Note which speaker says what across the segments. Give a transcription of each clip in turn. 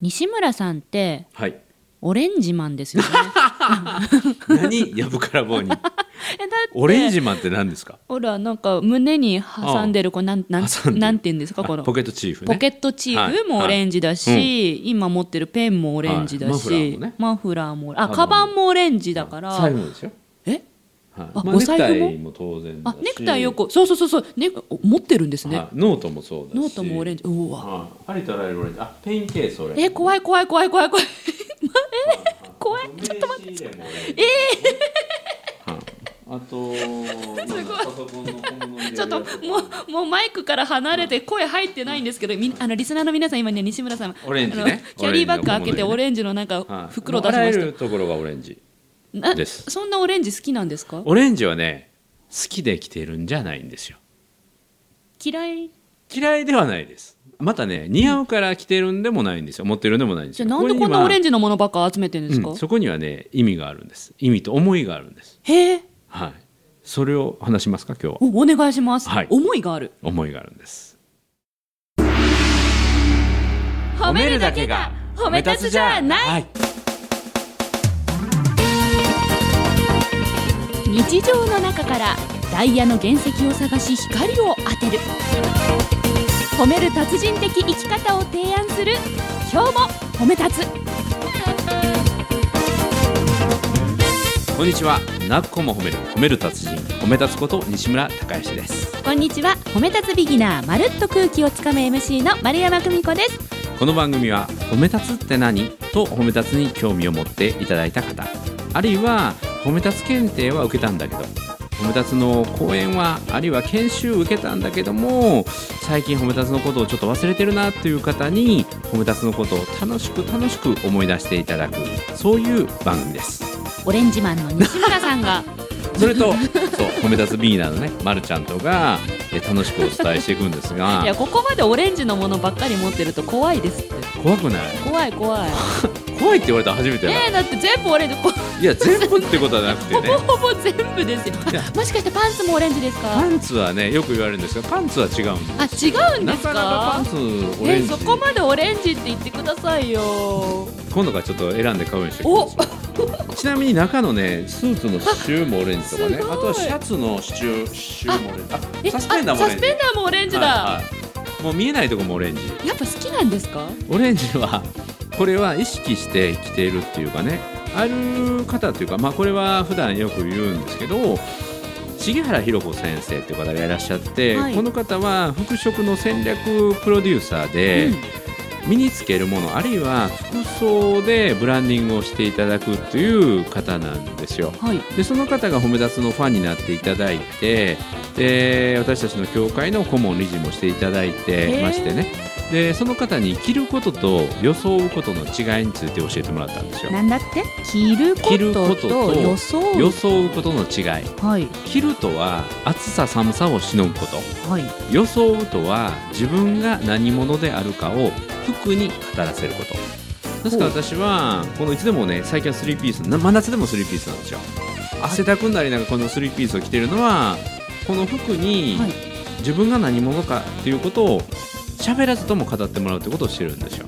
Speaker 1: 西村さんって
Speaker 2: はい。
Speaker 1: オレンジマン ですよね
Speaker 2: 何 やぶから棒に。
Speaker 1: えだって
Speaker 2: オレンジマンって何ですか
Speaker 1: ほらなんか胸に挟んでるこうなんなん
Speaker 2: 挟んでる
Speaker 1: なんて言うんですかこ
Speaker 2: あ
Speaker 1: の
Speaker 2: ポケットチーフね。
Speaker 1: ポケットチーフも
Speaker 2: はい
Speaker 1: オレンジだし、
Speaker 2: は
Speaker 1: 今持ってるペンもオレンジだ
Speaker 2: はい
Speaker 1: し、マ
Speaker 2: マ
Speaker 1: フラーも
Speaker 2: カバ
Speaker 1: あ
Speaker 2: ンも
Speaker 1: カバンもオレンジだから、
Speaker 2: 財布もですよ。
Speaker 1: え
Speaker 2: はい
Speaker 1: あ
Speaker 2: まあ
Speaker 1: お
Speaker 2: ネク
Speaker 1: 財布も
Speaker 2: タイも当然だ
Speaker 1: あ
Speaker 2: し。
Speaker 1: ネクタイよくそうそうそうそう、ね、お持ってるんですね、
Speaker 2: はいノートもそうだし。
Speaker 1: ノートもオレン
Speaker 2: ジ。
Speaker 1: ジうわ
Speaker 2: ありとあらゆるオレンジ。あ、ペインケースオレンジ。
Speaker 1: え怖い怖い怖い怖い怖 いえ怖い
Speaker 2: ちょっと待って。ええあ と、パソコンの本物で
Speaker 1: ちょっともうもうマイクから離れて声入ってないんですけどみんあのリスナーの皆さん今ね西村さんは
Speaker 2: オレンジね
Speaker 1: あのキャリーバッグ開けてオ
Speaker 2: オ
Speaker 1: レンジのなん
Speaker 2: は
Speaker 1: か
Speaker 2: い
Speaker 1: 袋出しま
Speaker 2: あら
Speaker 1: し
Speaker 2: ゆるところがオレンジ。
Speaker 1: た、な
Speaker 2: です
Speaker 1: そんなオレンジ好きなんですか
Speaker 2: オレンジはね、好きで着てるんじゃないんですよ。
Speaker 1: 嫌い
Speaker 2: 嫌いではないです。またね、似合うから着てるんでもないんですよ。持ってるんでもないんです
Speaker 1: じゃ
Speaker 2: よ。
Speaker 1: あなんでこんなオレン
Speaker 2: ジ
Speaker 1: ジのものばっか集めてるんですか、
Speaker 2: そこにはね、意味があるんです。意味と思いがあるんです。
Speaker 1: へえ
Speaker 2: はい。それを話しますか、今日は。
Speaker 1: おお願いします、
Speaker 2: はい
Speaker 1: 思いがある
Speaker 2: 思いがあるんです。
Speaker 1: 褒
Speaker 2: はい。
Speaker 1: 日常の中からダイヤの原石を探し光を当てる褒める達人的生き方を提案する今日も褒め立つ
Speaker 2: こんにちは。なっこも褒める、褒める達人、褒め立つこと西村孝之です。
Speaker 1: こんにちは褒め立つビギナーまるっと空気をつかむ MC の丸山久美子です
Speaker 2: この番組は褒め立つって何と褒め立つに興味を持っていただいた方あるいは褒め立つ検定は受けたんだけど褒め立つの講演はあるいは研修受けたんだけども最近褒め立つのことをちょっと忘れてるなという方に褒め立つのことを楽しく楽しく思い出していただくそういう番組です
Speaker 1: オレンジマンの西村さん が
Speaker 2: そ れとそう褒め立つビギナーのね、ま、るちゃんとがえ楽しくお伝えしていくんです
Speaker 1: いや
Speaker 2: が
Speaker 1: ここまでオレンジのものばっかり持ってると怖いですって
Speaker 2: 怖くない
Speaker 1: 怖い怖い
Speaker 2: 怖いって言われたら初めてだな
Speaker 1: えー、だって全部オレンジこ
Speaker 2: いや全部ってことはなくて
Speaker 1: ほ
Speaker 2: ね
Speaker 1: ぼほぼ全部ですよ
Speaker 2: いや
Speaker 1: あもしかしてパンツもオレンジですか
Speaker 2: パンツはねよく言われるんですけどパンツは違うんです
Speaker 1: あ違うんで
Speaker 2: な
Speaker 1: す
Speaker 2: かなか
Speaker 1: か
Speaker 2: パンツオレン
Speaker 1: え
Speaker 2: ジ
Speaker 1: そこまでオレンジって言ってくださいよ
Speaker 2: 今度からちょっと選んで買うようにしておきますちなみに中のねスーツの支柱もオレンジとか
Speaker 1: あすご
Speaker 2: ね
Speaker 1: い
Speaker 2: あとはシャツの支柱支柱もオレンジ
Speaker 1: え
Speaker 2: あサスペンダーもオ
Speaker 1: あ
Speaker 2: レ
Speaker 1: サ
Speaker 2: ン
Speaker 1: ス
Speaker 2: ジ
Speaker 1: ペンダーもオレンジだ、
Speaker 2: はいはいもう見えないとこもオレンジ
Speaker 1: やっぱ好きなんですか
Speaker 2: オレンジはこれは意識して着ているっていうかねある方っていうか、まあ、これは普段よく言うんですけど重原ひろ子先生っていう方がいらっしゃって、
Speaker 1: はい
Speaker 2: この方は服飾の戦略プロデューサーで、身につけるものあるいは服装でブランディングをしていただくという方なんですよ。
Speaker 1: うん、はい
Speaker 2: でその方が褒め立つのファンになっていただいてで私たちの協会の顧問理事もしていただいてましてねでその方に着ることと装うことの違いについて教えてもらったんですよ。
Speaker 1: なんだって着るこ
Speaker 2: 着ることと
Speaker 1: と
Speaker 2: と
Speaker 1: 予想
Speaker 2: 装うことの違い
Speaker 1: はい
Speaker 2: 着るとは暑さ寒さをしのぐこと
Speaker 1: はい
Speaker 2: 装うとは自分が何者であるかを服に語らせることですから
Speaker 1: ほ
Speaker 2: 私はこのいつでもね最近はスリーピースな真夏でもスリーピースなんですよ汗だくになりながらこのスリーピースを着てるのはこの服に
Speaker 1: はい
Speaker 2: 自分が何者かっていうことを喋らずとも語ってもらうってことをしてるんですよ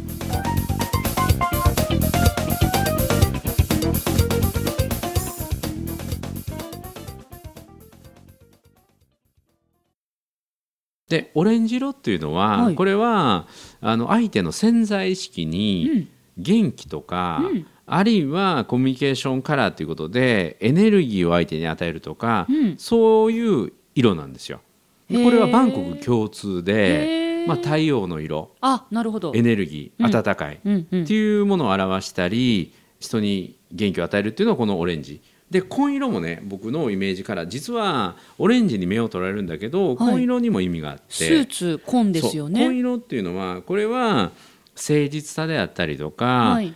Speaker 2: でオレンジ色っていうのは、
Speaker 1: はい
Speaker 2: これはあの相手の潜在意識に元気とか、
Speaker 1: うん
Speaker 2: あるいはコミュニケーションカラーということでエネルギーを相手に与えるとか、
Speaker 1: うん
Speaker 2: そういう色なんですよ。でこれは
Speaker 1: へー
Speaker 2: 万国共通
Speaker 1: へ
Speaker 2: で、
Speaker 1: ー
Speaker 2: まあ、太陽の色
Speaker 1: あなるほど
Speaker 2: エネルギ
Speaker 1: うん
Speaker 2: ー暖かい、
Speaker 1: うんうん
Speaker 2: っていうものを表したり人に元気を与えるっていうのはこのオレンジで紺色もね僕のイメージから実はオレンジに目を取られるんだけ
Speaker 1: は
Speaker 2: ど、
Speaker 1: い
Speaker 2: 紺色にも意味があって
Speaker 1: スーツ紺ですよ
Speaker 2: そう
Speaker 1: ね
Speaker 2: 紺色っていうのはこれは誠実さであったりとか、
Speaker 1: はい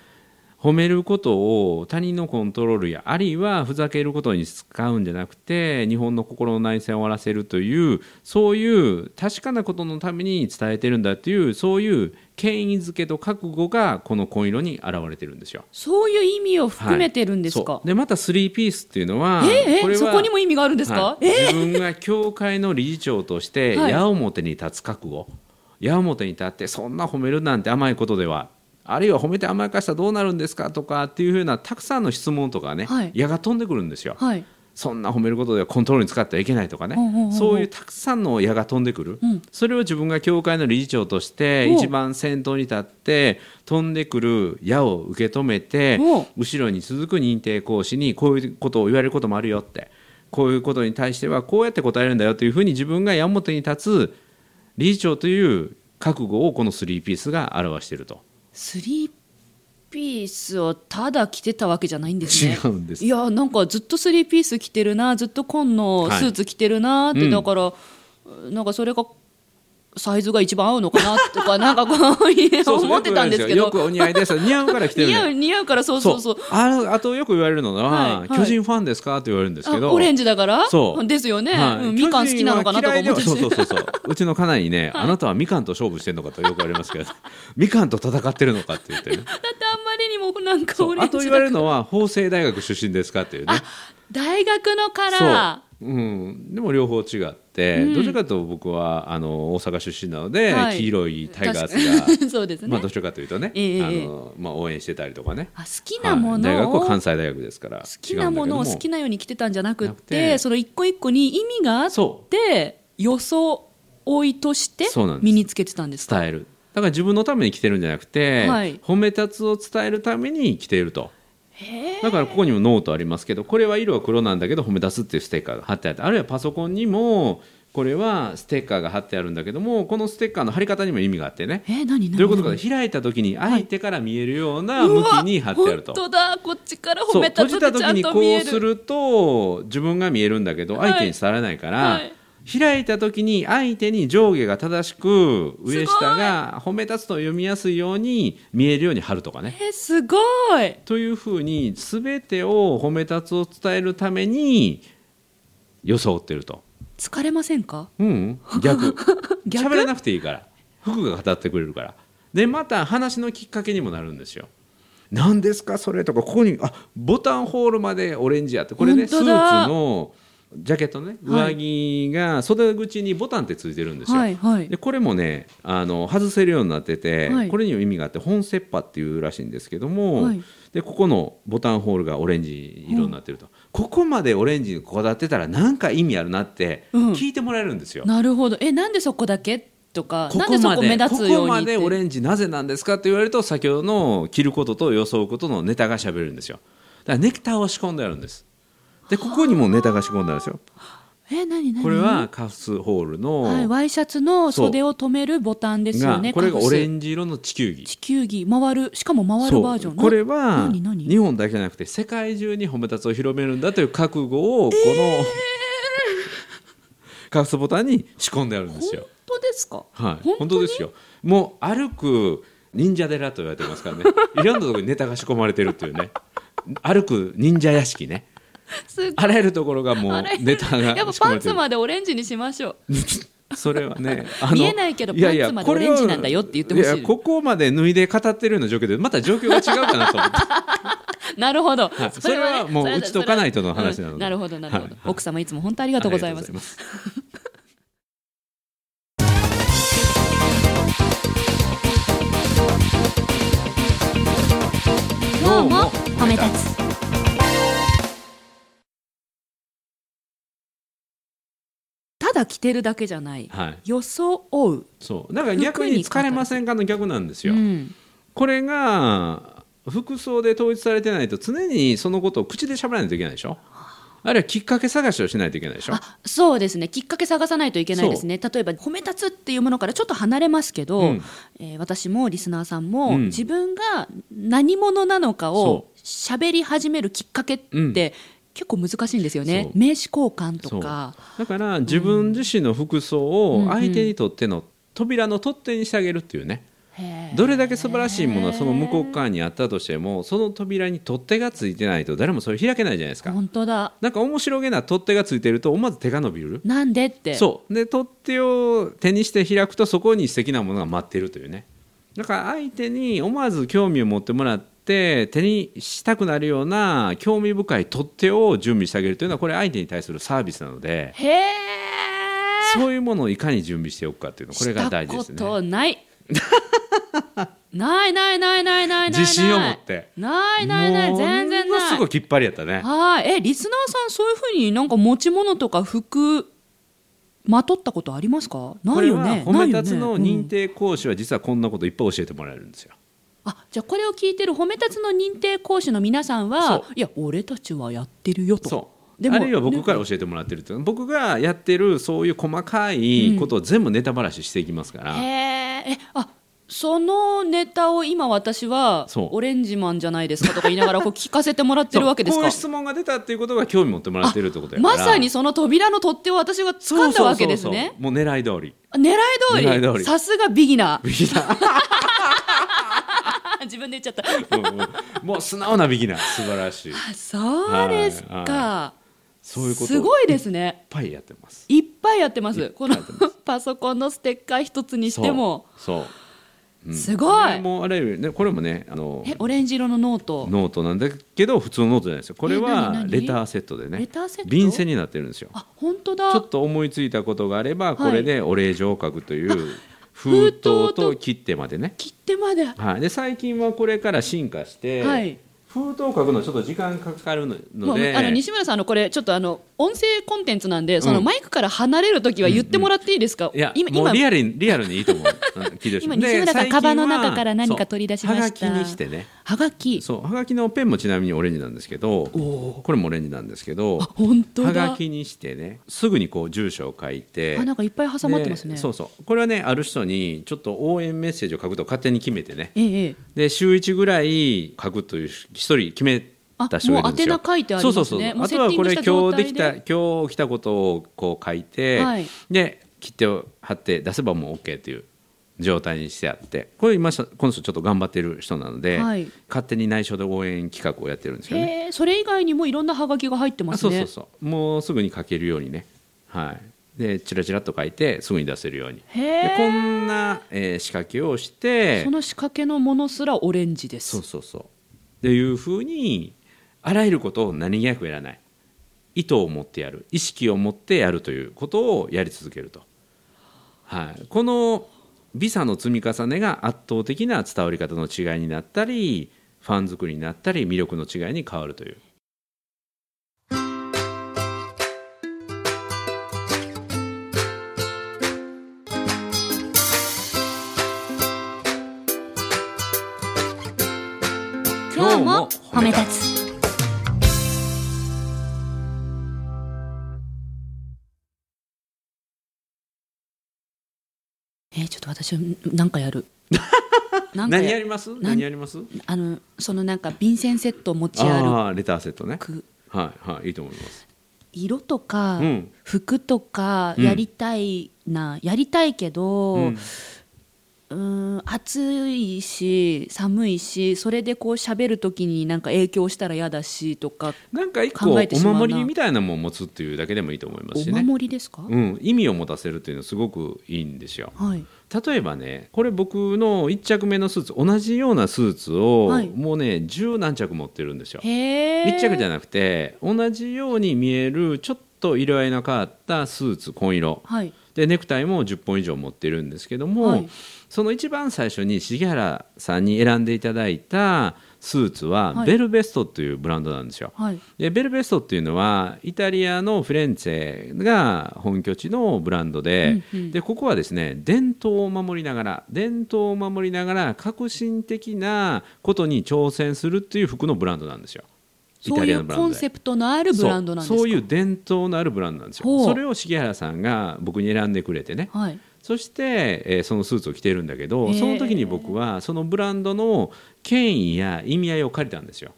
Speaker 2: 褒めることを他人のコントロールやあるいはふざけることに使うんじゃなくて日本の心の内戦を終わらせるというそういう確かなことのために伝えてるんだというそういう権威づけと覚悟がこの紺色に現れてるんですよ。
Speaker 1: そういう意味を含めてるんですか、
Speaker 2: そうでまたスリーピースっていうのは、
Speaker 1: ええ
Speaker 2: れは
Speaker 1: そこにも意味があるんですか、
Speaker 2: はい自分が教会の理事長として
Speaker 1: はい
Speaker 2: 矢面に立つ覚悟、矢面に立ってそんな褒めるなんて甘いことではあるいは褒めて甘やかしたらどうなるんですかとかっていうふうなたくさんの質問とかね、
Speaker 1: はい
Speaker 2: 矢が飛んでくるんですよ。
Speaker 1: はい
Speaker 2: そんな褒めることではコントロールに使ってはいけないとかね、
Speaker 1: うんうんうんうん
Speaker 2: そういうたくさんの矢が飛んでくる、
Speaker 1: うん
Speaker 2: それを自分が教会の理事長として
Speaker 1: おう
Speaker 2: 一番先頭に立って飛んでくる矢を受け止めて
Speaker 1: おう
Speaker 2: 後ろに続く認定講師にこういうことを言われることもあるよってこういうことに対してはこうやって答えるんだよというふうに自分が矢面に立つ理事長という覚悟をこの3ピースが表していると。
Speaker 1: スリーピースをただ着てたわけじゃないんですね
Speaker 2: 違うんです
Speaker 1: いやなんかずっとスリーピース着てるなずっと紺のスーツ着てるなって、
Speaker 2: はいうん
Speaker 1: だからなんかそれがサイズが一番合うのかなとかなんかこういう
Speaker 2: そうそう
Speaker 1: 思ってたんですけど
Speaker 2: よく言われるんですよよくお似合いです似合うから来てるの
Speaker 1: 似
Speaker 2: よ
Speaker 1: 合う似合うからそうそうそう
Speaker 2: ああとよく言われるのは、
Speaker 1: はいはい
Speaker 2: 巨人ファンですかって言われるんですけど
Speaker 1: あオレンジだから
Speaker 2: そう
Speaker 1: ですよね、
Speaker 2: はい
Speaker 1: うんみかん好きなのかなとか思って
Speaker 2: 巨人は嫌いではそうそうそうそううちの家内にね、あなたはみかんと勝負してるのかとよく言われますけどみかんと戦ってるのかって言 ってね
Speaker 1: だってあんまりにもなんか
Speaker 2: そ
Speaker 1: オ
Speaker 2: う
Speaker 1: レン
Speaker 2: あ
Speaker 1: ジ
Speaker 2: と
Speaker 1: だ
Speaker 2: 言われるのは法政大学出身ですかっていうね
Speaker 1: あ大学のカラ
Speaker 2: そう、うん、でも両方違
Speaker 1: う
Speaker 2: って、
Speaker 1: ん
Speaker 2: どちらかというと僕はあの大阪出身なので、
Speaker 1: はい
Speaker 2: 黄色い
Speaker 1: ー
Speaker 2: タイガースが、
Speaker 1: 確か そうですね、
Speaker 2: まあ、どちらかというとね、
Speaker 1: ええ
Speaker 2: あのまあ、応援してたりとかね
Speaker 1: あ好きなものを、
Speaker 2: はい大学は関西大学ですから好
Speaker 1: 好きなものを好きなように着てたんじゃなくっ
Speaker 2: なく
Speaker 1: て
Speaker 2: て
Speaker 1: その一個一個に意味があっ
Speaker 2: そう
Speaker 1: て装いとして
Speaker 2: そうなんです
Speaker 1: 身につけてたんですか
Speaker 2: 伝えるだから自分のために来てるんじゃなくて、
Speaker 1: はい
Speaker 2: 褒めたつを伝えるために来ていると
Speaker 1: へえ
Speaker 2: だからここにもノートありますけどこれは色は黒なんだけど褒めたつっていうステッカーが貼ってあってあるいはパソコンにもこれはステッカーが貼ってあるんだけどもこのステッカーの貼り方にも意味があってね
Speaker 1: えー何何
Speaker 2: どういうことか
Speaker 1: 何
Speaker 2: 開いた時に相手から見えるような向きに貼ってあると
Speaker 1: うわ。本当だこっちから褒
Speaker 2: そう
Speaker 1: め
Speaker 2: 閉
Speaker 1: たつ
Speaker 2: じ
Speaker 1: ったてち
Speaker 2: 時
Speaker 1: ゃん
Speaker 2: に
Speaker 1: と見
Speaker 2: こ
Speaker 1: え
Speaker 2: うす
Speaker 1: る
Speaker 2: ると自分が見えるんだけど
Speaker 1: はい
Speaker 2: 相手に伝わらないから、
Speaker 1: はい
Speaker 2: 開いた時に相手に上下が正しく
Speaker 1: す
Speaker 2: 上
Speaker 1: ごい
Speaker 2: 下が褒め立つと読みやすいように見えるように貼るとかね。
Speaker 1: えーすごい
Speaker 2: というふうに全てを褒め立つを伝えるために装ってると。
Speaker 1: 疲れませんか
Speaker 2: うん、逆
Speaker 1: 逆
Speaker 2: 喋らなくていいから服が語ってくれるからでまた話のきっかけにもなるんですよ何ですかそれとかここにあボタンホールまでオレンジやってこれねスー
Speaker 1: 本当だ
Speaker 2: ツのジャケットね
Speaker 1: は
Speaker 2: 上着が袖口にボタンってついてるんですよ、
Speaker 1: はいはい
Speaker 2: でこれもねあの外せるようになってて、
Speaker 1: はい
Speaker 2: これにも意味があって本切羽っていうらしいんですけども、
Speaker 1: はい
Speaker 2: でここのボタンホールがオレンジ色になってると、ここまでオレンジにこだわってたらなんか意味あるなって
Speaker 1: うん
Speaker 2: 聞いてもらえるんですよ。
Speaker 1: なるほどえなんでそこだけとか
Speaker 2: こ
Speaker 1: なん
Speaker 2: こ
Speaker 1: でそ
Speaker 2: ま
Speaker 1: こ
Speaker 2: で
Speaker 1: 目
Speaker 2: こ
Speaker 1: 立つよ
Speaker 2: こ
Speaker 1: うに
Speaker 2: ま
Speaker 1: って
Speaker 2: でオレンジなぜなんですかって言われると先ほどの着ることと装うことのネタがしゃべるんですよだからネクターを仕込んであるんですでここにもネタが仕込んであるんですよ
Speaker 1: え何何
Speaker 2: これはカフスホールの、
Speaker 1: はいワイシャツの袖を止めるボタンですよ
Speaker 2: が
Speaker 1: ね
Speaker 2: これが
Speaker 1: カフ
Speaker 2: オ
Speaker 1: ス
Speaker 2: レンジ色の地球儀
Speaker 1: 地球儀回るしかも回るバージョン
Speaker 2: これは
Speaker 1: 何何
Speaker 2: 日本だけじゃなくて世界中に褒め立つを広めるんだという覚悟をこの、カフスボタンに仕込んであるんですよ
Speaker 1: 本当ですか、
Speaker 2: はい、
Speaker 1: 本当
Speaker 2: 本当ですよ。もう歩く忍者寺と言われてますから ね。いろんなところにネタが仕込まれてるっていうね。歩く忍者屋敷ね。
Speaker 1: すっごい
Speaker 2: あらゆるところがもう
Speaker 1: あれ
Speaker 2: ネタが
Speaker 1: やっぱ
Speaker 2: 仕込ま
Speaker 1: パ
Speaker 2: れ
Speaker 1: ン
Speaker 2: て
Speaker 1: ツ
Speaker 2: る。
Speaker 1: までオレンジにしましょう
Speaker 2: それは ね、
Speaker 1: 見えないけどパンツまでオレンジなんだよって言ってほしい
Speaker 2: ややここまで脱いで語ってるような状況で、また状況が違うかなと思って。
Speaker 1: なるほど、
Speaker 2: はいそれは
Speaker 1: ね
Speaker 2: もう
Speaker 1: それは
Speaker 2: 打ち解かないとの話なので
Speaker 1: うんなるほどなるほど、
Speaker 2: はい
Speaker 1: 奥様いつも本当ありがとうございます
Speaker 2: ありがとうございます。
Speaker 1: 今日も褒め立つただ着てるだけじゃない
Speaker 2: はい。
Speaker 1: 装う、
Speaker 2: そう。だから逆に疲れませんかの逆なんですよ。
Speaker 1: ん、
Speaker 2: これが服装で統一されてないと常にそのことを口で喋らないといけないでしょあるいはきっかけ探しをしないといけないでしょ
Speaker 1: あそうですねきっかけ探さないといけないですね例えば褒め立つっていうものからちょっと離れますけど、
Speaker 2: うん
Speaker 1: えー私もリスナーさんも、
Speaker 2: うん
Speaker 1: 自分が何者なのかを喋り始めるきっかけって、
Speaker 2: うん
Speaker 1: 結構難しいんですよね
Speaker 2: そう
Speaker 1: 名刺交換
Speaker 2: そ
Speaker 1: と
Speaker 2: う
Speaker 1: か
Speaker 2: だから自分自身の服装
Speaker 1: うん
Speaker 2: を相手にとっての扉の取っ手にしてあげるっていうね
Speaker 1: へー
Speaker 2: どれだけ素晴らしいものはその向こう側にあったとしてもその扉に取っ手がついてないと誰もそれ開けないじゃないですか
Speaker 1: 本当だ
Speaker 2: なんか面白げな取っ手がついてると思わず手が伸びる
Speaker 1: なんでって
Speaker 2: そうで取っ手を手にして開くとそこに素敵なものが待ってるというねだから相手に思わず興味を持ってもらって手にしたくなるような興味深い取っ手を準備してあげるというのはこれ相手に対するサービスなので
Speaker 1: へえ
Speaker 2: そういうものをいかに準備しておくかというのこれが大事です
Speaker 1: したこ
Speaker 2: ね
Speaker 1: とないないないないないないないない
Speaker 2: 自信を持って
Speaker 1: ないないない
Speaker 2: もう
Speaker 1: 全然
Speaker 2: もの
Speaker 1: な
Speaker 2: す
Speaker 1: い
Speaker 2: ごいきっぱりやったね
Speaker 1: はいえリスナーさんそういうふうになんか持ち物とか服まとったことありますかないよね
Speaker 2: これ
Speaker 1: な
Speaker 2: は褒
Speaker 1: い
Speaker 2: め
Speaker 1: よ
Speaker 2: 立つ
Speaker 1: ね
Speaker 2: の
Speaker 1: うん
Speaker 2: 認定講師は実はこんなこといっぱい教えてもらえるんですよ、
Speaker 1: あじゃあこれを聞いてる褒め立つの認定講師の皆さんは
Speaker 2: そ
Speaker 1: いや俺たちはやってるよと
Speaker 2: そう
Speaker 1: でも
Speaker 2: あるいは僕から教えてもらってるっていう僕がやってるそういう細かいことを全部ネタばらししていきますから、
Speaker 1: へええあそのネタを今私は
Speaker 2: そう
Speaker 1: オレンジマンじゃないですかとか言いながらこう聞かせてもらってるわけです
Speaker 2: そうこうい
Speaker 1: か
Speaker 2: う質問が出たっていうことが興味持ってもらってるってことやから
Speaker 1: まさにその扉の取っ手を私が掴んだわけです
Speaker 2: そうそうそう
Speaker 1: ね
Speaker 2: そうもう狙い通り
Speaker 1: あ狙い通り
Speaker 2: 狙い通り
Speaker 1: さすがビギナー
Speaker 2: ビギナー
Speaker 1: 自分で言っちゃった
Speaker 2: うんうんもう素直なビギナー素晴らしい
Speaker 1: あそうですか、
Speaker 2: はいはそういうこと
Speaker 1: す
Speaker 2: いっ
Speaker 1: ごいですね
Speaker 2: ぱいやってます
Speaker 1: いっぱいやってますこの
Speaker 2: やってま
Speaker 1: パソコンのステッカー一つにし
Speaker 2: そう
Speaker 1: ても
Speaker 2: そううん
Speaker 1: すご
Speaker 2: これ
Speaker 1: い
Speaker 2: もあれよねこれもねあの
Speaker 1: えオレンジ色のノート
Speaker 2: ノートなんだけど普通のノートじゃないですよこれ
Speaker 1: え
Speaker 2: は
Speaker 1: 何何
Speaker 2: レターセットでね
Speaker 1: レターセット
Speaker 2: 便箋になってるんですよ
Speaker 1: あ本当
Speaker 2: ちょ
Speaker 1: だ
Speaker 2: っと思いついたことがあれば
Speaker 1: い
Speaker 2: これでお礼状を書くという封
Speaker 1: と
Speaker 2: 筒と切手までね
Speaker 1: 切手まで
Speaker 2: はいで最近はこれから進化して
Speaker 1: はい
Speaker 2: 封筒を書くのちょっと時間かかる
Speaker 1: も
Speaker 2: の
Speaker 1: う
Speaker 2: で
Speaker 1: あの西村さんあのこれちょっとあの音声コンテンツなんでその
Speaker 2: うん
Speaker 1: マイクから離れるときは言ってもらっていいですか、
Speaker 2: いや、
Speaker 1: 今
Speaker 2: もう
Speaker 1: 今
Speaker 2: リアルに、リアルにいい と思う。うん聞いてほしい
Speaker 1: 今
Speaker 2: で
Speaker 1: 西村さん
Speaker 2: 最近
Speaker 1: カ
Speaker 2: は
Speaker 1: バンの中から何か
Speaker 2: そう
Speaker 1: 取り出しました
Speaker 2: はがきにしてね。
Speaker 1: はがき
Speaker 2: そう、はがきのペンもちなみにオレンジなんですけど、これもオレンジなんですけど、
Speaker 1: あ本当
Speaker 2: は
Speaker 1: だ
Speaker 2: がきにしてね、すぐにこう住所を書いて。
Speaker 1: あなんかいっぱい挟まってますね
Speaker 2: でそうそう、これはね、ある人にちょっと応援メッセージを書くと勝手に決めてね。
Speaker 1: ええええ
Speaker 2: で、週一ぐらい書くという一人決めた人がいるんですよ。
Speaker 1: あもう宛名書いてありますね
Speaker 2: そうそうそう。
Speaker 1: もう
Speaker 2: あ
Speaker 1: セ
Speaker 2: と
Speaker 1: ッ
Speaker 2: は
Speaker 1: ティン
Speaker 2: こ
Speaker 1: グ
Speaker 2: れ
Speaker 1: した
Speaker 2: 今
Speaker 1: 状
Speaker 2: 日
Speaker 1: 態
Speaker 2: で
Speaker 1: で
Speaker 2: きた今日起きたことをこう書いて、
Speaker 1: はい
Speaker 2: で切手を貼って出せばもう OK っていう状態にしてあって、これ今しこの人ちょっと頑張ってる人なので、
Speaker 1: はい
Speaker 2: 勝手に内緒で応援企画をやってるんですよね。
Speaker 1: へえそれ以外にもいろんなはがきが入ってま
Speaker 2: あ
Speaker 1: す
Speaker 2: そう
Speaker 1: ね
Speaker 2: そうそう。もうすぐに書けるようにね。はい。でチラチラっと書いてすぐに出せるように。
Speaker 1: へ
Speaker 2: で
Speaker 1: え
Speaker 2: こんな、えー仕掛けをして
Speaker 1: その仕掛けのものすらオレンジです
Speaker 2: そうそうそう。っていうふうにあらゆることを何気なくやらない意図を持ってやる意識を持ってやるということをやり続けると、はい、このビザの積み重ねが圧倒的な伝わり方の違いになったりファン作りになったり魅力の違いに変わるという。
Speaker 1: 今日も褒め立つえーちょっと私なんかや るなんか
Speaker 2: 何
Speaker 1: や
Speaker 2: や
Speaker 1: る
Speaker 2: ります
Speaker 1: ん
Speaker 2: 何やります
Speaker 1: あのそのなんか便箋セットを持ち歩
Speaker 2: ああーレターセットね
Speaker 1: く
Speaker 2: はいはいいいと思います
Speaker 1: 色とか、
Speaker 2: うん
Speaker 1: 服とか
Speaker 2: うん
Speaker 1: やりたいな、やりたいけど、
Speaker 2: うん
Speaker 1: うーん暑いし寒いしそれでこう喋る時になんか影響したら嫌だしとか
Speaker 2: なんか一個
Speaker 1: 考えて
Speaker 2: お
Speaker 1: しまうな
Speaker 2: 守りみたいなもんを持つっていうだけでもいいと思います
Speaker 1: お
Speaker 2: しね
Speaker 1: 守りですか、
Speaker 2: うん、意味を持たせるっていうのはすごくいいんですよ。
Speaker 1: はい
Speaker 2: 例えばねこれ僕の1着目のスーツ同じようなスーツを、
Speaker 1: はい
Speaker 2: もうね十何着持ってるんですよ。
Speaker 1: へえ
Speaker 2: 1着じゃなくて同じように見えるちょっと色合いの変わったスーツ紺色
Speaker 1: はい
Speaker 2: でネクタイも10本以上持ってるんですけども、
Speaker 1: はい
Speaker 2: その一番最初に重原さんに選んでいただいたスーツは、
Speaker 1: はい
Speaker 2: ベルベストというブランドなんですよ。
Speaker 1: はい
Speaker 2: でベルベストっていうのはイタリアのフィレンツェが本拠地のブランドで,、
Speaker 1: うんうん
Speaker 2: でここはですね伝統を守りながら伝統を守りながら革新的なことに挑戦するっていう服のブランドなんですよ。イ
Speaker 1: そ
Speaker 2: タ
Speaker 1: うい
Speaker 2: リアの
Speaker 1: う
Speaker 2: ブランド
Speaker 1: コ
Speaker 2: で
Speaker 1: ンセプトのあるブランドなんです
Speaker 2: そ
Speaker 1: か
Speaker 2: うそういう伝統のあるブランドなんです
Speaker 1: ほ
Speaker 2: よ
Speaker 1: う
Speaker 2: それを重原さんが僕に選んでくれてね
Speaker 1: はい
Speaker 2: そして、えーそのスーツを着てるんだけど、
Speaker 1: へー
Speaker 2: その時に僕はそのブランドの権威や意味合いを借りたんですよ。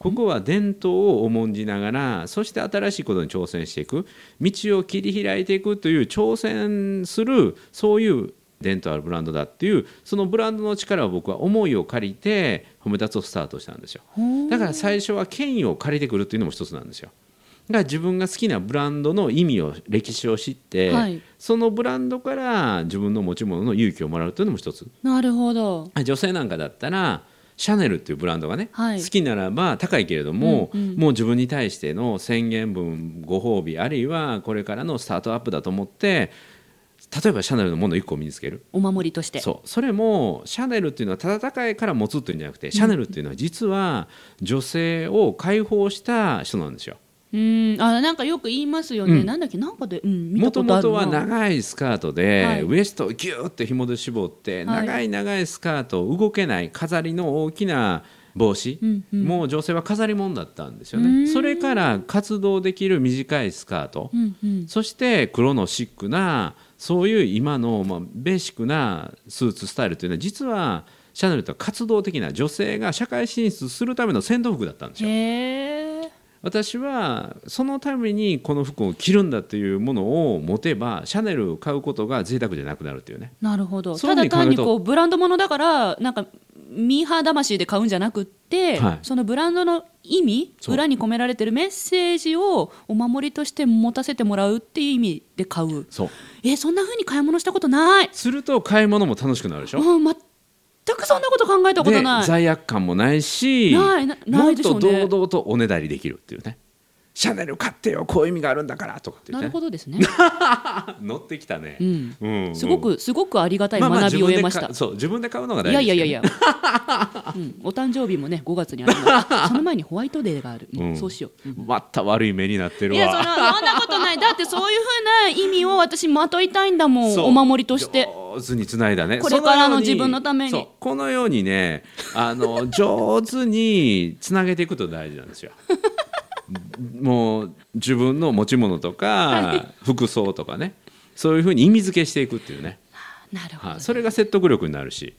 Speaker 2: ここは伝統を重んじながらそして新しいことに挑戦していく道を切り開いていくという挑戦するそういう伝統あるブランドだっていうそのブランドの力を僕は思いを借りて褒め立つをスタートしたんですよ。
Speaker 1: ほう
Speaker 2: だから最初は権威を借りてくるっていうのも一つなんですよ。だから自分が好きなブランドの意味を歴史を知って、
Speaker 1: はい
Speaker 2: そのブランドから自分の持ち物の勇気をもらうというのも一つ
Speaker 1: なるほど
Speaker 2: 女性なんかだったらシャネルっていうブランドがね、
Speaker 1: はい
Speaker 2: 好きならば高いけれども、
Speaker 1: うんうん
Speaker 2: もう自分に対しての宣言文ご褒美あるいはこれからのスタートアップだと思って例えばシャネルのもの1個を身につける
Speaker 1: お守りとして
Speaker 2: そうそれもシャネルっていうのはただ高いから持つというんじゃなくて、シャネルっていうのは実は女性を解放した人なんですよ。
Speaker 1: うんあなんかよく言いますよね、
Speaker 2: うん
Speaker 1: なんだっけなんかで、うん、見
Speaker 2: も
Speaker 1: たこ
Speaker 2: と
Speaker 1: と
Speaker 2: も
Speaker 1: ある
Speaker 2: とは
Speaker 1: な
Speaker 2: 長いスカートで、
Speaker 1: はい
Speaker 2: ウエストをギューって紐で絞って、
Speaker 1: はい
Speaker 2: 長い長いスカート動けない飾りの大きな帽子、
Speaker 1: うんうん
Speaker 2: もう女性は飾り物だったんですよ
Speaker 1: う
Speaker 2: ね
Speaker 1: ん
Speaker 2: それから活動できる短いスカート、
Speaker 1: うんうん
Speaker 2: そして黒のシックなそういう今の、まあ、ベーシックなスーツスタイルというのは実はシャネルとは活動的な女性が社会進出するための戦闘服だったんですよ。
Speaker 1: へえ
Speaker 2: 私はそのためにこの服を着るんだというものを持てばシャネルを買うことが贅沢じゃなくなるっていうね
Speaker 1: なるほど
Speaker 2: そうい
Speaker 1: た
Speaker 2: うふ
Speaker 1: だ
Speaker 2: う
Speaker 1: 単
Speaker 2: に
Speaker 1: に
Speaker 2: 考える
Speaker 1: こ
Speaker 2: と
Speaker 1: うブランドものだからなんかミーハー魂で買うんじゃなくって、
Speaker 2: はい
Speaker 1: そのブランドの意味
Speaker 2: そう
Speaker 1: 裏に込められてるメッセージをお守りとして持たせてもらうっていう意味で買う
Speaker 2: そう
Speaker 1: えそんな風に買い物したことない
Speaker 2: すると買い物も楽しくなるでしょ
Speaker 1: うん全くそんなこと考えたこと
Speaker 2: で
Speaker 1: ない
Speaker 2: 罪悪感もないし
Speaker 1: ないなな
Speaker 2: も
Speaker 1: い
Speaker 2: っ
Speaker 1: でしょ
Speaker 2: と
Speaker 1: うね
Speaker 2: 堂々とおねだりできるっていうねシャネル買ってよこういう意味があるんだからとかって言
Speaker 1: なる
Speaker 2: って、ね
Speaker 1: ほ、どです ね、
Speaker 2: 乗ってきたね
Speaker 1: う、ん、
Speaker 2: うんうん
Speaker 1: すごくすごくありがたい
Speaker 2: まあまあ
Speaker 1: 学びを得まし
Speaker 2: 自
Speaker 1: た
Speaker 2: 分で買そう自分で買うのが大
Speaker 1: いや
Speaker 2: 事
Speaker 1: い
Speaker 2: で
Speaker 1: や
Speaker 2: す
Speaker 1: い
Speaker 2: け
Speaker 1: や
Speaker 2: ど
Speaker 1: いや、 うん、お誕生日もね5月にあるのその前にホワイトデーがある、うん
Speaker 2: うん
Speaker 1: そうしよう、
Speaker 2: また悪い目になってる
Speaker 1: いやそん
Speaker 2: わ
Speaker 1: なそんなことないだってそういうふうな意味を私まといたいんだもん
Speaker 2: そう
Speaker 1: お守りとして
Speaker 2: 上手につないだね
Speaker 1: これからの
Speaker 2: そように
Speaker 1: 自分のために
Speaker 2: そうこのようにねあ の上手につなげていくこと大事なんですよもう自分の持ち物とか服装とかねそういうふうに意味付けしていくっていうね、
Speaker 1: なるほど、
Speaker 2: はい、それが説得力になるし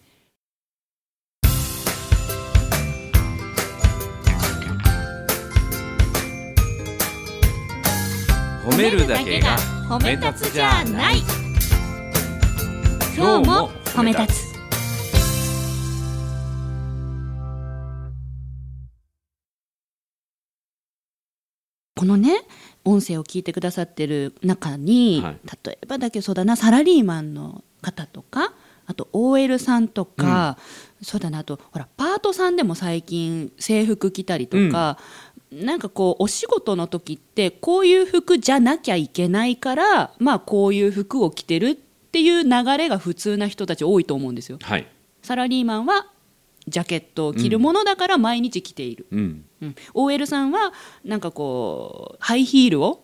Speaker 2: 褒めるだけが
Speaker 1: 褒
Speaker 2: め立つじゃない
Speaker 1: 今日も褒め立つこのね音声を聞いてくださってる中に、
Speaker 2: はい
Speaker 1: 例えばだけどそうだなサラリーマンの方とかあと OL さんとか、そうだなあとほらパートさんでも最近制服着たりとか、なんかこうお仕事の時ってこういう服じゃなきゃいけないからまあこういう服を着てるっていう流れが普通な人たち多いと思うんですよ。
Speaker 2: はい、
Speaker 1: サラリーマンはジャケットを着るものだから毎日着ている。
Speaker 2: うん、
Speaker 1: うん OL さんはなんかこうハイヒールを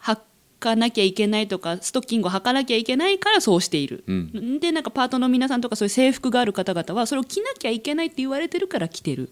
Speaker 1: 履かなきゃいけないとかストッキングを履かなきゃいけないからそうしている、
Speaker 2: うん
Speaker 1: でなんかパートの皆さんとかそういう制服がある方々はそれを着なきゃいけないって言われてるから着てる、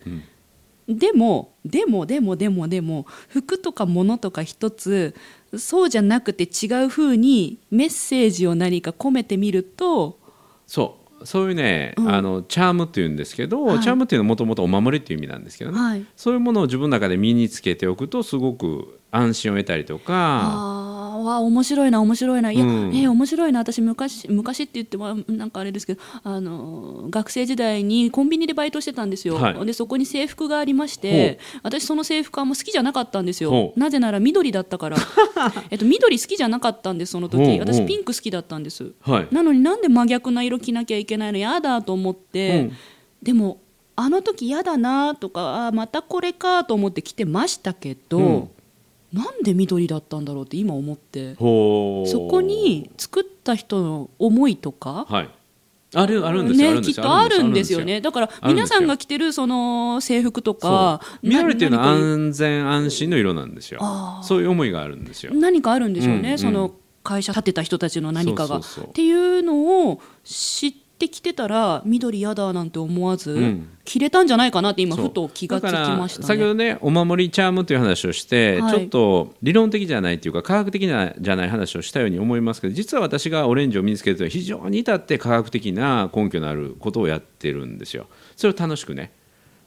Speaker 1: でもでもでもでもでも服とか物とか一つそうじゃなくて違う風にメッセージを何か込めてみると
Speaker 2: そうそういうね、
Speaker 1: うん
Speaker 2: あのチャームっていうんですけど、
Speaker 1: はい
Speaker 2: チャームっていうのはもともとお守りっていう意味なんですけどね、
Speaker 1: はい
Speaker 2: そういうものを自分の中で身につけておくとすごく安心を得たりとか
Speaker 1: あーわあ面白いな面白いないや、
Speaker 2: うん
Speaker 1: えー面白いな私昔昔って言ってもなんかあれですけどあのー学生時代にコンビニでバイトしてたんですよ、
Speaker 2: はい
Speaker 1: でそこに制服がありまして私その制服あんま好きじゃなかったんですよ
Speaker 2: ほう
Speaker 1: なぜなら緑だったから えっと緑好きじゃなかったんですその
Speaker 2: ほうほ
Speaker 1: 時
Speaker 2: う
Speaker 1: 私ピンク好きだったんです
Speaker 2: はい、
Speaker 1: なのになんで真逆な色着なきゃいけないのやだと思って、
Speaker 2: うん
Speaker 1: でもあの時嫌だなとかあーまたこれかと思って着てましたけど、
Speaker 2: うん
Speaker 1: なんで緑だったんだろうって今思って
Speaker 2: ほう
Speaker 1: そこに作った人の思いとか、
Speaker 2: はいあるあるんですよ、あるん
Speaker 1: き
Speaker 2: で
Speaker 1: っ
Speaker 2: すよ
Speaker 1: とあるんですよねだから
Speaker 2: あるん
Speaker 1: 皆
Speaker 2: ですよ
Speaker 1: さんが着てるその制服とか
Speaker 2: そう緑っていうのは
Speaker 1: な何か
Speaker 2: 安全安心の色なんですよ
Speaker 1: あー
Speaker 2: そういう思いがあるんですよ
Speaker 1: 何かあるんでしょうね、
Speaker 2: うんうん
Speaker 1: その会社建てた人たちの何かが。
Speaker 2: そうそうそう
Speaker 1: っていうのを知ってきてたら緑嫌だなんて思わず、
Speaker 2: うん
Speaker 1: 着れたんじゃないかなって今
Speaker 2: そう
Speaker 1: ふと気がつき
Speaker 2: だから
Speaker 1: ました
Speaker 2: 先ほ
Speaker 1: ね。
Speaker 2: どねお守りチャームという話をして、
Speaker 1: はい
Speaker 2: ちょっと理論的じゃないというか科学的なじゃない話をしたように思いますけど実は私がオレンジを身につけるというのは非常に至って科学的な根拠のあることをやってるんですよそれを楽しくね、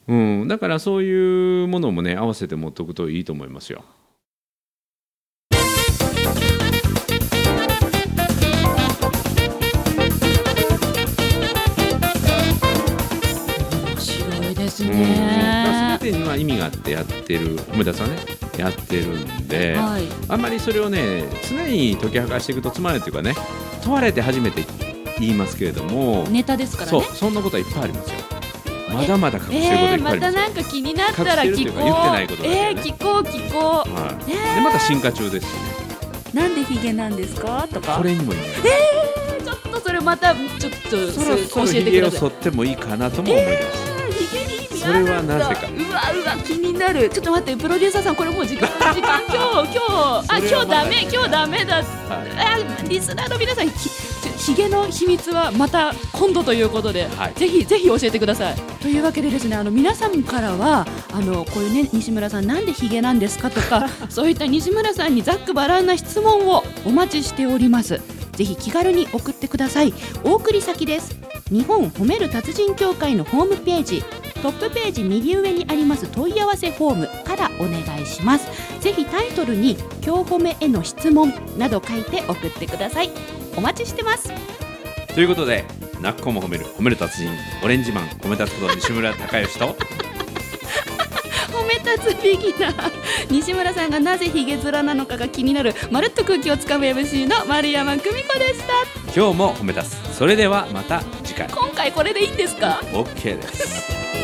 Speaker 2: うん、だからそういうものもね合わせて持っておくといいと思いますよ
Speaker 1: 面白いです
Speaker 2: うん、
Speaker 1: ね。
Speaker 2: 全てには意味があってやってる梅田さんねやってるんで、
Speaker 1: はい、
Speaker 2: あんまりそれをね常に解き明かしていくとつまらないというかね問われて初めて言いますけれども、
Speaker 1: ネタですから
Speaker 2: そう
Speaker 1: ね。
Speaker 2: そんなことはいっぱいありますよまだまだ隠して
Speaker 1: え
Speaker 2: ることい
Speaker 1: ー、
Speaker 2: っぱい
Speaker 1: ま
Speaker 2: ありま
Speaker 1: た
Speaker 2: すよ、
Speaker 1: なんか気になったら
Speaker 2: 隠し
Speaker 1: 聞
Speaker 2: てるとい
Speaker 1: こう。
Speaker 2: うか言ってないことだよね
Speaker 1: えー聞こう聞こ
Speaker 2: はい、
Speaker 1: ね
Speaker 2: でまた進化中ですしね
Speaker 1: う。なんでヒゲなんですかとか。
Speaker 2: これにもいい、
Speaker 1: えーそれまたちょっと
Speaker 2: そろそろ
Speaker 1: 教えて
Speaker 2: ひ
Speaker 1: く
Speaker 2: げを
Speaker 1: ださ
Speaker 2: 剃
Speaker 1: い
Speaker 2: ってもいいかなとも思います、
Speaker 1: ひげに意味
Speaker 2: そ
Speaker 1: あるん
Speaker 2: れ
Speaker 1: だ
Speaker 2: はなぜか
Speaker 1: うわうわ気になるちょっと待ってプロデューサーさんこれもう時間時間今日今日あ
Speaker 2: それ
Speaker 1: 今
Speaker 2: は
Speaker 1: 日
Speaker 2: まだ
Speaker 1: ダメ今日ダメだあリスナーの皆さんひひげの秘密はまた今度ということで、
Speaker 2: はい
Speaker 1: ぜひぜひ教えてください。というわけでですねあの皆さんからはあのこういうね西村さんなんでひげなんですかと かそういった西村さんにざっくばらんな質問をお待ちしております。ぜひ気軽に送ってください。お送り先です。日本褒める達人協会のホームページトップページ右上にあります問い合わせフォームからお願いしますぜひタイトルに「今日褒めへの質問」など書いて送ってくださいお待ちしてます
Speaker 2: ということでなっこも褒める褒める達人オレンジマン褒め立つこと西村孝之と
Speaker 1: 褒め立つビギナー 西村さんがなぜヒゲ面なのかが気になるまるっと空気をつかむ MC の丸山久美子でした
Speaker 2: 今日も褒め立つそれではまた次回
Speaker 1: 今回これでいいんですか
Speaker 2: OK です